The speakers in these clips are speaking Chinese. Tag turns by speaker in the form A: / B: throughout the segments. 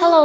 A: Hello，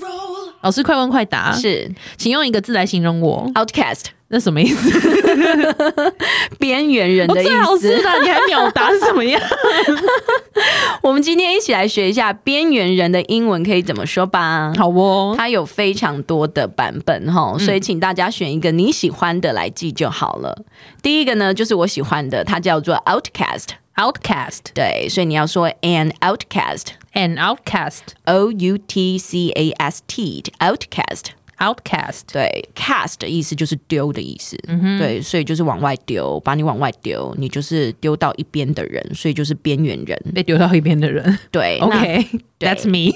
B: roll.
C: 老师，快问快答，
A: 是
C: 请用一个字来形容我，
A: Outcast
C: 那什么意思？
A: 边缘人
C: 我
A: 的意
C: 最好
A: 思
C: 知。道，你还秒答是什么 样？
A: 我们今天一起来学一下边缘人的英文可以怎么说吧。
C: 好哦，
A: 它有非常多的版本哈，所以请大家选一个你喜欢的来记就好了。第一个呢，就是我喜欢的，它叫做 outcast。
C: outcast
A: 对，所以你要说 an outcast，O
C: and outcast
A: U T C A S T，outcast。
C: outcast
A: 对，cast 的意思就是丢的意思，对，所以就是往外丢，把你往外丢，你就是丢到一边的人，所以就是边缘人。
C: 被丢到一边的人。
A: 对那
C: OK，that's me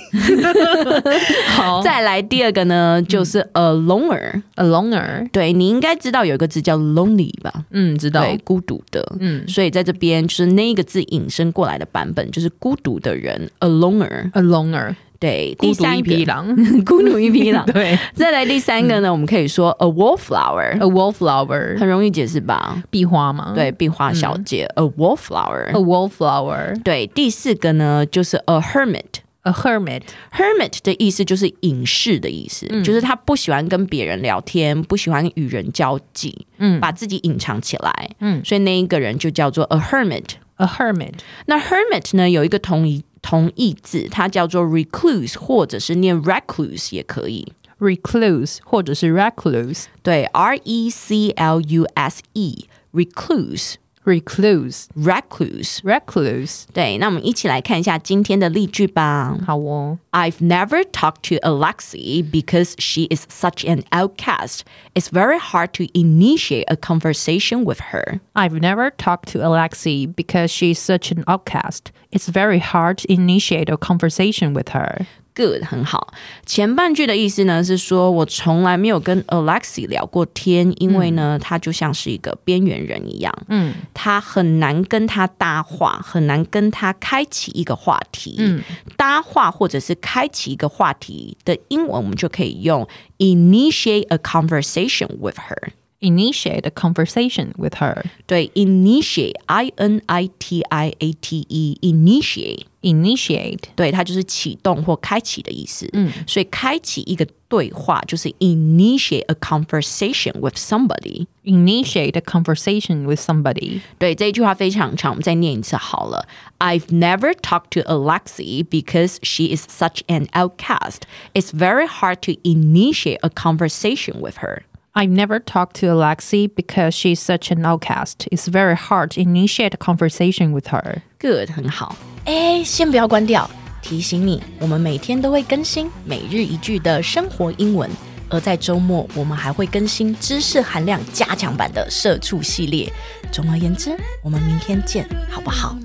C: 好。
A: 再来第二个
C: 嗯
A: 呢，就是 a loner。
C: a loner，
A: 对你应该知道有一个字叫 lonely 吧？
C: 嗯，知道
A: 对，孤独的。嗯，所以在这边就是那一个字引申过来的版本，就是孤独的人 a loner。
C: a loner，
A: 对，
C: 孤
A: 第
C: 独
A: 三
C: 一
A: 个
C: 匹狼。
A: 孤独一匹狼。
C: 对嗯哦
A: 再来第三个呢，我们可以说 a
C: ，a
A: wallflower，
C: wallflower，
A: 很容易解释吧？
C: 壁花吗？
A: 对，壁花小姐
C: 嗯
A: a
C: ，a
A: wallflower。
C: wallflower，a
A: 对，第四个呢就是 a hermit。
C: hermit，
A: Hermit 的意思就是隐士的意思，就是他不喜欢跟别人聊天，不喜欢与人交际，嗯，把自己隐藏起来，嗯，所以那一个人就叫做 a hermit。
C: a hermit，
A: 那 hermit 呢有一个同义同义字，它叫做 recluse，或者是念 recluse 也可以。
C: recluse 或者是 recluse。
A: 对，R E C L U S E， E，recluse。
C: recluse
A: Recluse，
C: recluse
A: 对，那我们一起来看一下今天的例句吧。
C: 好哦
A: I've never talked to Alexi because she is such an outcast. It's very hard to initiate a conversation with her.
C: I've never talked to Alexi because she's such an outcast. It's very hard to initiate a conversation with her.
A: Good，很好。前半句的意思呢是说，我从来没有跟 Alexi 聊过天，因为呢，她就像是一个边缘人一样，嗯，她很难跟她搭话，很难跟她开启一个话题。嗯，搭话或者是开启一个话题的英文，我们就可以用 initiate a conversation with her。
C: Initiate a conversation with her.
A: 对，initiate i n i t i a t e initiate，
C: Initiate
A: 对，它就是启动或开启的意思。嗯，所以开启一个对话就是 initiate a conversation with somebody。
C: initiate a conversation with somebody.
A: 对，这一句话非常长，我们再念一次好了。I've never talked to Alexi because she is such an outcast. It's very hard to initiate a conversation with her.
C: I've never talked to Alexi because she's such an outcast. It's very hard to initiate a conversation with her.
A: Good，很好。哎，先不要关掉，提醒你，我们每天都会更新每日一句的生活英文，而在周末我们还会更新知识含量加强版的社畜系列。总而言之，我们明天见，好不好？